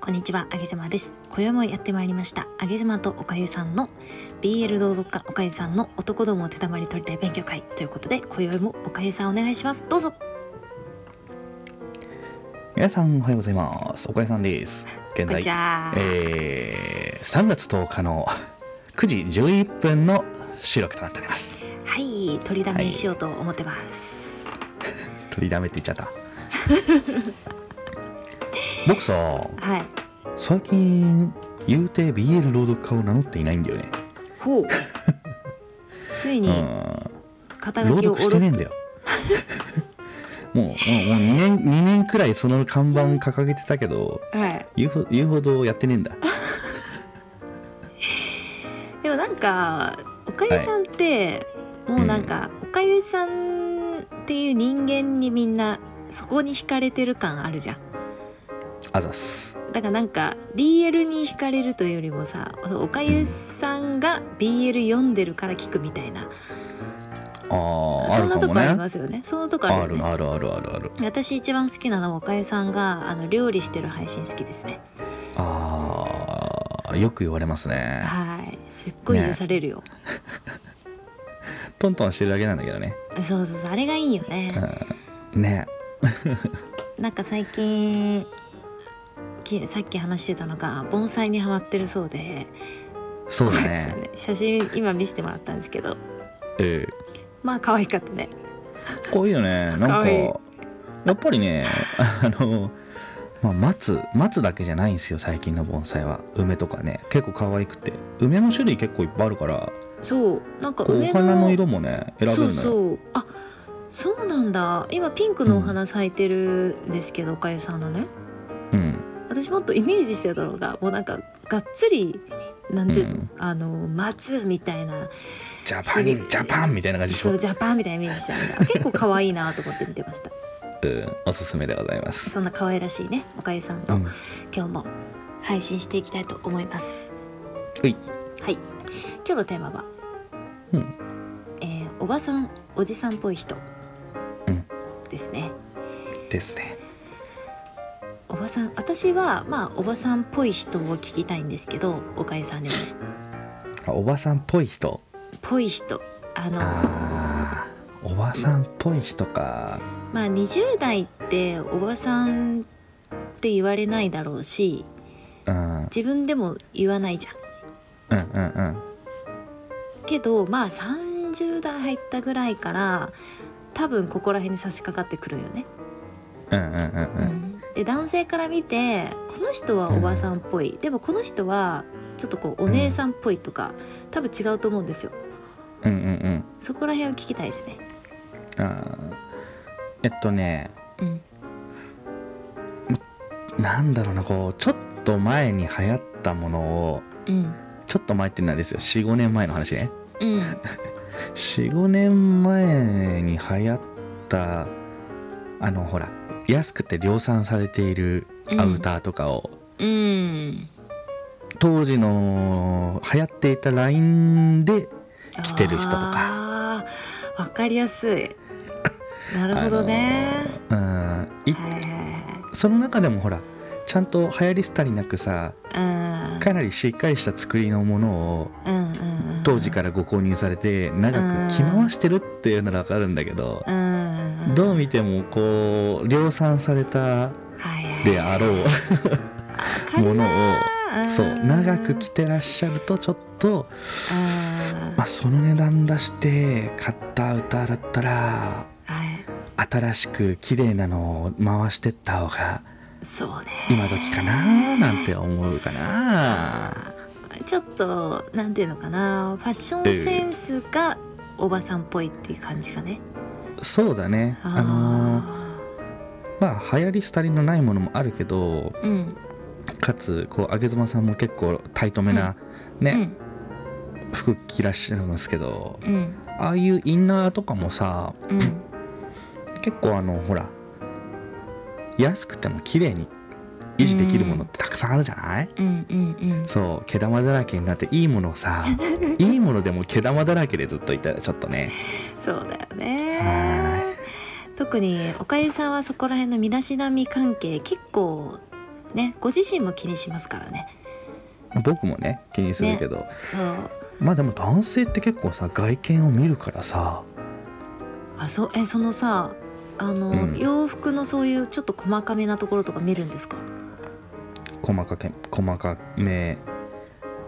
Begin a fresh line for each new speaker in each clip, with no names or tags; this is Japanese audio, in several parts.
こんにちは、あげずまです。今宵もやってまいりました。あげずまとおかゆさんの BL 同読家おかゆさんの男どもを手玉に取りたい勉強会ということで、今宵もおかゆさんお願いします。どうぞ。
皆さんおはようございます。おかえさんです。現
こんに
在
ち、は。
えー、3月10日の9時11分の収録となっております。
はい、取りだめしようと思ってます。
取りだめって言っ ちゃった。僕さ、
はい。
最近、言うて BL 朗読家を名乗っていないんだよね。
ほう。ついうに
ん。
肩書
朗
きを下
読して
ろ
ねえ
す
んだよ。 もう、もうもう2年、2年くらいその看板掲げてたけど、
はい。
言うほ言うほどやってねえんだ。
でもなんかおかゆさんって、もうなんか、おかゆさんっていう人間にみんなそこに惹かれてる感あるじゃん
あざっす。
だからなんか BL に惹かれるというよりもさおかゆさんが BL 読んでるから聞くみたいな、
あー、あ
そんな
るか
と
も
こあり
ね。
ますよねそのとこある
あ
よね
るあるあるあるある
私一番好きなのはおかゆさんがあの料理してる配信好きですね
あーよく言われますね
はいすっごい許されるよ、
トントンしてるだけなんだけどね
そうそうそうあれがいいよね、
うんね
なんか最近きさっき話してたのが盆栽にハマってるそうで、
そうだ
岡井さん
ね
ね写真今見せてもらったんですけど
ええ
まあ可愛かったね
かわいいよねなん
か
か
わいい
やっぱりね あのまあ、松松だけじゃないんですよ最近の盆栽は梅とかね結構可愛くて梅の種類結構いっぱいあるから
そうなんか
こうお
梅の
花の色もね選べるの
そ
よ
うそうあそうなんだ今ピンクのお花咲いてるんですけど、岡かゆさんのね
うん
私もっとイメージしてたのがもうなんかがっつりなんていうの、
うん
あの松みたいな
ジャパンジャパンみたいな感じでし
そ
ょ
うジャパンみたいなイメージしてたん だ結構可愛いなと思って見てました
うんおすすめでございます
そんな可愛らしいねおかゆさんと、
うん
今日も配信していきたいと思います
うい
はい今日のテーマは、
うん
えーおばさんおじさんっぽい人、
うん
ですね
ですね
おばさん私はまあおばさんっぽい人を聞きたいんですけどおかゆさんにも
あおばさんっぽい人
ぽい人あの
あーおばさんっぽい人か
まあ20代っておばさんって言われないだろうし
うんうん
自分でも言わないじゃん
うんうん
けどまあ30代入ったぐらいから多分ここら辺に差し掛かってくるよね。
うんうんうんうん
で男性から見てこの人はおばさんっぽい、でもこの人はちょっとこうお姉さんっぽいとか、多分違うと思うんですよ。
うんうんうん
そこら辺を聞きたいですね。
あーえっとね
うん、
なんだろうなこうちょっと前に流行ったものを
うん、
ちょっと前っていうのはあれですよ45年前の話ね
うん、
45年前に流行ったあのほら安くて量産されているアウターとかを、
うん、
当時の流行っていたラインで来てる人とか
か。わかりやすい。なるほどね。
あのーうんい
はいはいは
その中でもほらちゃんと流行り廃りなくさ
い
かなりしっかりした作りのものを
うん、うん、うん、うん。
当時からご購入されて長く着回してるっていうなら分かるんだけど
ら。うん、うん。
どう見てもこう量産された
はいはい
であろうものをそう長く着
て、
てらっしゃるとちょっと、
うん
まあ、その値段出して買った歌だったら
はい、
新しく綺麗なのを回してった方が
そうね。
今時かなーなんて思うかな
ちょっとなんていうのかなファッションセンスがおばさんっぽいっていう感じがね、
そうだねあのーまあ流行り廃りのないものもあるけど
ーうん
かつこう上妻さんも結構タイトめな、
う
ね、
ん
服着らっしゃるんですけど
うん
ああいうインナーとかもさ
うん
結構あのほら安くても綺麗に維持できるものってたくさんあるじゃない、
うんうんうん
そう毛玉だらけになっていいものをさいいものでも毛玉だらけでずっといたらちょっとね
そうだよ
は
ね特におかゆさんはそこら辺の身だしなみ関係結構ねご自身も気にしますからね
僕もね気にするけど、
そう
まあでも男性って結構さ外見を見るからさ
あそうえそのさあの、
うん
洋服のそういうちょっと細かめなところとか見るんですか
細かけ細かめ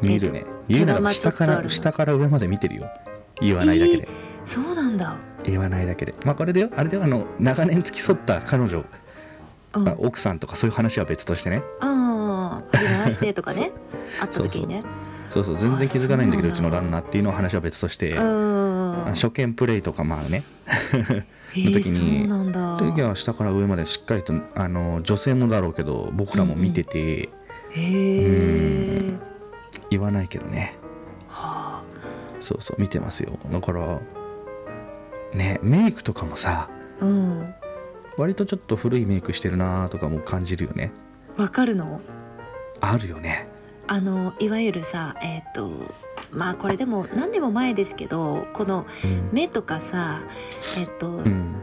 見るね
えっと
言うなら
毛
ば
玉ちょ
下
っと
か
あるの
ら下から上まで見てるよ言わないだけで、
そうなんだ、
言わないだけでまあこれでよあれでよあの長年付き添った彼女、
うん、
あ奥さんとかそういう話は別としてね
ああ初めましてとかね会った時にね
そうそう全然気づかないんだけどう
あ
ち
そうな
の
んだ
旦那っていうのは話は別として、
うん
初見プレイとかまあね
えー
の時に
そうなんだ
時は下から上までしっかりとあの女性もだろうけど僕らも見てて
へえ
う言わないけどね、
は
そうそう見てますよだからねメイクとかもさ
あうん
割とちょっと古いメイクしてるなとかも感じるよね
わかるの
あるよね
あのいわゆるさえっ、とまあこれでも何でも前ですけどこの
うん、
目とかさえっ、と、
うん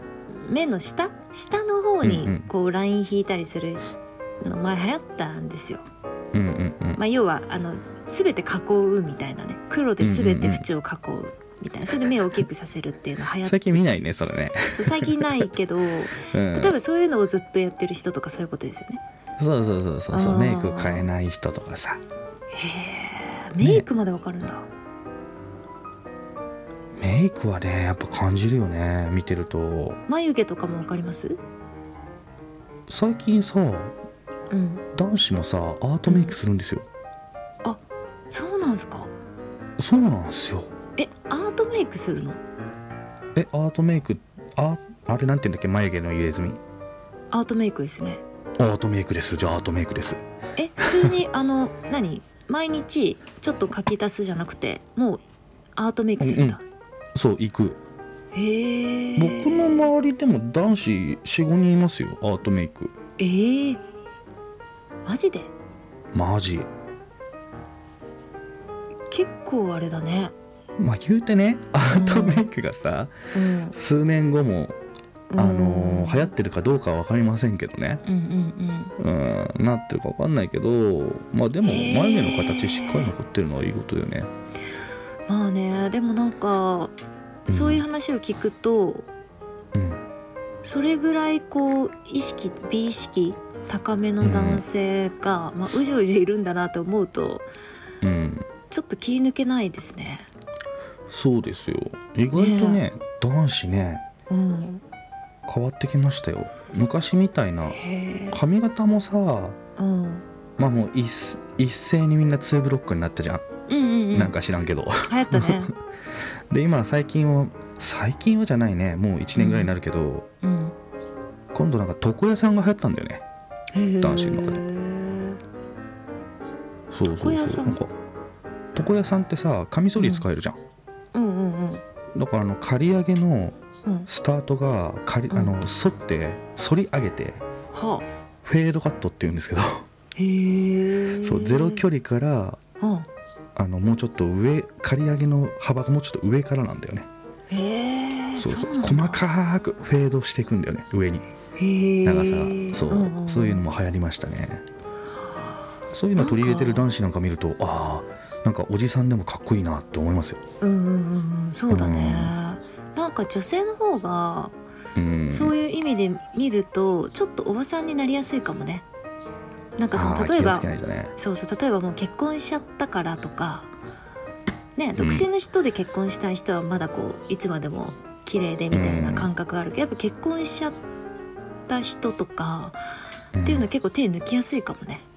目の下下の方
うんうん
にこうライン引いたりするの前流行ったんですよ。
うんうんうん
まあ、要はあの全て囲うみたいなね黒で全て縁を囲うみたいなそれで目を大きくさせるっていうの流行って
最近見ないねそれね、
そう最近ないけ ど
うん、
例えばそういうのをずっとやってる人とかそういうことですよね。
そうそうそうそうそ
あー
うメイク変えない人とかさ
へえメイクまでわかるんだ。
メイクはねやっぱ感じるよね見てると
眉毛とかもわかります？
最近さ
うん。
男子もさアートメイクするんですよ
そうなんですか。
そうなんですよ
えアートメイクするの？
えアートメイクああれなんて言うんだっけ眉毛の入れ墨
アートメイクですね。
アートメイクですじゃあアートメイクです
え普通に あの何毎日ちょっと書き足すじゃなくてもうアートメイクするんだ、
そう行く
へえ
僕の周りでも男子45人いますよアートメイク
えー、マジで
マジ
結構あれだね
まあ言うてねアートメイクがさ
うん
数年後もあの流行
っ
ってるかどうかは分かりませんけどね
うんうん
うんなってるか分かんないけどまあでも
へー
眉毛の形しっかり残ってるのはいいことだよね
うんまあねでもなんか
うん
そういう話を聞くと、
うん
それぐらいこう意識美意識高めの男性が、まあ、うじうじいるんだなと思うと
うん
ちょっと気抜けないですね
そうですよ意外とね男子ね
うん
変わってきましたよ昔みたいな
へえ
髪型もさ
うん
まあもう一一斉にみんな2ブロックになったじゃん、
うんうんうん、
なんか知らんけど
流行った ね。
で今最近は最近はじゃないねもう1年ぐらいになるけど、
うん、
今度なんか床屋さんが流行ったんだよね男子の中で
で。
そうそ
床
う
屋
そ
さ
うんなんか床屋さんってさカミソリ使えるじゃん、
うんうんうん
だからあの刈り上げの
うん。
スタートが刈り、
うん
あの剃って剃り上げて
はあ。
フェードカットっていうんですけど、
へえ。
そうゼロ距離から
離。うん。
あのもうちょっと上刈り上げの幅がもうちょっと上からなんだよね
へえ。
そうそう
なんだ
細かくフェードしていくんだよね上に
へえ。
長さがそう、
んん
そういうの。も流行りましたねそういうの取り入れてる男子なんか見るとああなんかおじさんでもかっこいいなって思いますよ、
うんうんうんうん。そうだね。なんか女性の方が
うん、
そういう意味で見るとちょっとおばさんになりやすいかもね。なんかそ
あ
の
ー
例え
気を
ば
つけないとね
そうそう例えばもう結婚しちゃったからと か、ね、
ん
独身の人で結婚したい人はまだこういつまでも綺麗でみたいな感覚があるけどやっぱ結婚しちゃった人とかっていうの結構手抜きやすいかもね。
うん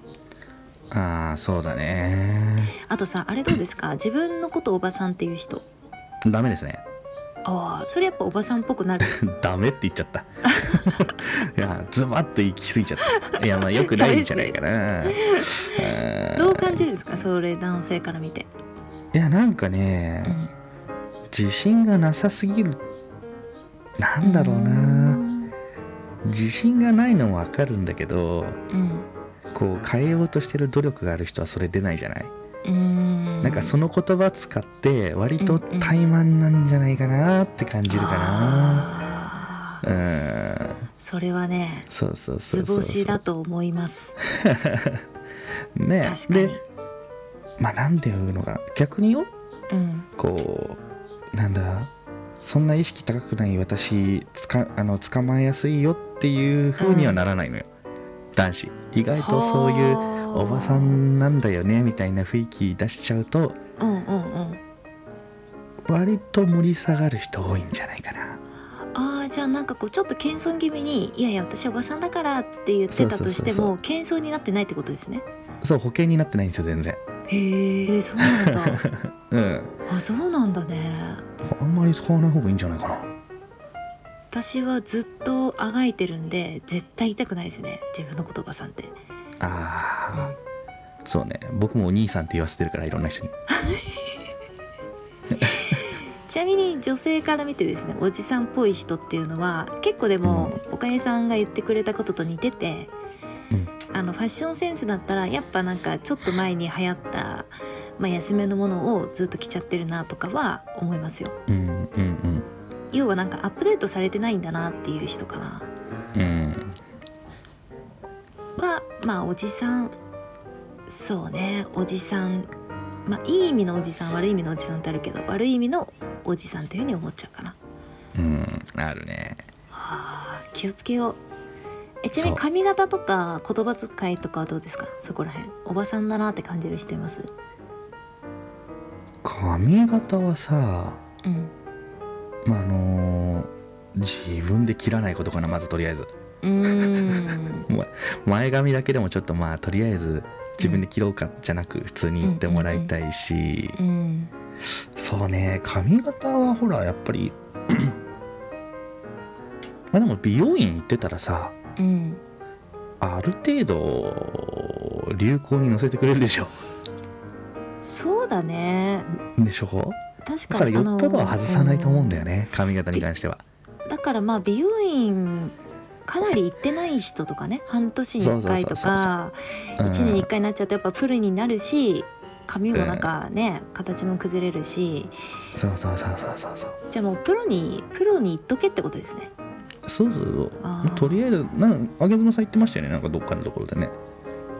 ああそうだね
あとさあれどうです か自分のことおばさんっていう人
ダメですね
ああそれやっぱおばさんっぽくなる
ダメって言っちゃった いやズバッと行き過ぎちゃったいやまあよくないんじゃないかな、うん
どう感じるんですかそれ男性から見て。
いやなんかね、
うん
自信がなさすぎるなんだろうな自信がないのもわかるんだけど
うん
こう変えようとしてる努力がある人はそれ出ないじゃない、
うん
なんかその言葉使って割と
うんうん
怠慢なんじゃないかなって感じるかな
あー
うん
それはね
そうそうそ
図
うそうそう
星だと思います
ね
確か
で
に
まあなんていうのが逆によ
うん
こうなんだそんな意識高くない私つかあの捕まえやすいよっていう風にはならないのよ、男子意外とそういう
はあ
おばさんなんだよねみたいな雰囲気出しちゃうと
うんうんうん
割と盛り下がる人多いんじゃないかな
あーじゃあなんかこうちょっと謙遜気味に「いやいや私おばさんだから」って言ってたとして
そうそうそうそ
も謙遜になってないってことですね
そう保険になってないんですよ全然
へえそうなんだ
うん
あそうなんだね
あんまり使わない方がいいんじゃないかな
私はずっとあがいてるんで絶対痛くないですね自分のことおばさんって
あーそうね僕もお兄さんって言わせてるからいろんな人に
ちなみに女性から見てですねおじさんっぽい人っていうのは結構でもおかえさんが言ってくれたことと似てて、
うん
あのファッションセンスだったらやっぱなんかちょっと前に流行った、まあ、安めのものをずっと着ちゃってるなとかは思いますよ
うんうん
要はなんかアップデートされてないんだなっていう人かな
うんうん
はまあおじさんそうねおじさんまあいい意味のおじさん悪い意味のおじさんってあるけど悪い意味のおじさんというふうに思っちゃうかな
うんあるね
はあ気をつけようえちなみに
そう
髪型とか言葉遣いとかはどうですかそこら辺おばさんだなって感じる人います
髪型はさ
うん
まああのー自分で切らないことかなまずとりあえず
うーん
前髪だけでもちょっとまあとりあえず自分で切ろうかじゃなく普通に言ってもらいたいし、
うん
そうね髪型はほらやっぱり まあでも美容院行ってたらさ
うん
ある程度流行に乗せてくれるでしょ
そうだね
でしょ
確
だ
か
から
に
よっぽど
あ
は
の
外さないと思うんだよね髪型に関しては
だからまあ美容院かなり行ってない人とかね半年に1回と
そうそうそう
か
うん
1年に1回になっちゃうとやっぱプルになるし髪もなんかね、形も崩れるし
そうそうそうそうそうそう
じゃあもうプロにプロに行っとけってことですね
そうそうそう
あー
とりあえずなんあげずまさん言ってましたよねなんかどっかのところでね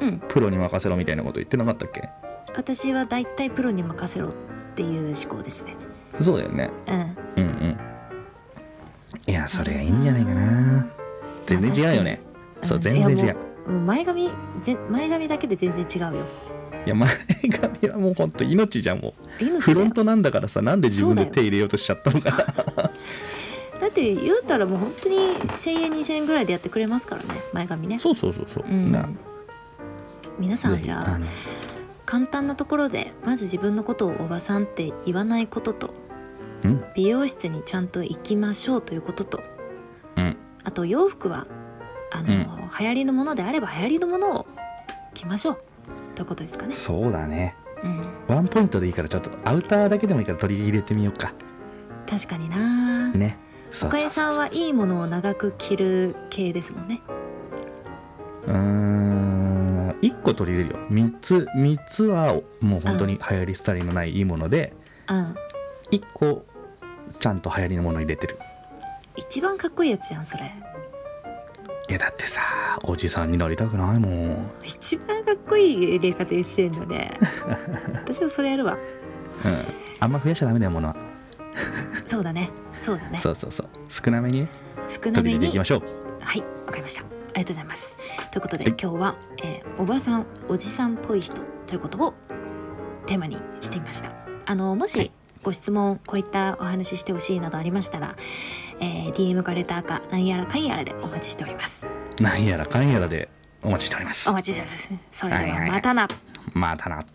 うん
プロに任せろみたいなこと言ってなかったっけ
私は大体プロに任せろっていう思考ですね
そうだよね
うん
うんうんいやそれがいいんじゃないかな全然違うよねそう全然違う
う前髪ぜ前髪だけで全然違うよ
いや前髪はもうほんと命じゃんもう
命
フ
だ
ロ
よ
ントなんだからさなんで自分で
そうだよ
手入れようとしちゃったのかな
だって言うたらもう本当に1,000円2,000円ぐらいでやってくれますからね前髪ね
そうそうそうそう、
ん
な
皆さ
ぜ
ん
ひ
じゃ
あ
あ
の
簡単なところでまず自分のことをおばさんって言わないことと
うん
美容室にちゃんと行きましょうということと
うん
あと洋服はあの、
うん
流行りのものであれば流行りのものを着ましょうということですかね。
そうだね
うん、
ワンポイントでいいからちょっとアウターだけでもいいから取り入れてみようか
確かにな。
ねそ
お
う
か
そう
えさんはいいものを長く着る系ですもんね。
うーん1個取り入れるよ3つ三つはもう本当に流行り廃りのないいいもので
うん、
1個ちゃんと流行りのもの入れてる
一番かっこいいやつじゃんそれ。
いやだってさおじさんになりたくないもん
一番かっこいい入れ方してんの ね。私もそれやるわ。
うん、あんま増やしちゃダメだよものは、
そうだね。そうだね。
そうそうそう少なめにね
少な
取
め
り入れてい
に
きましょう
はい、わかりました。ありがとうございます。ということで、
はい
今日は、えーおばさん、おじさんっぽい人ということをテーマにしてみました。あの、もし、
はい
ご質問、こういったお話ししてほしいなどありましたら、えー DM かレターか、なんやらかんやらでお待ちしております。
なんやらかんやらでお待ちしております
お待ちしております。それ
はい
で
はい
は
はい
またな。
またな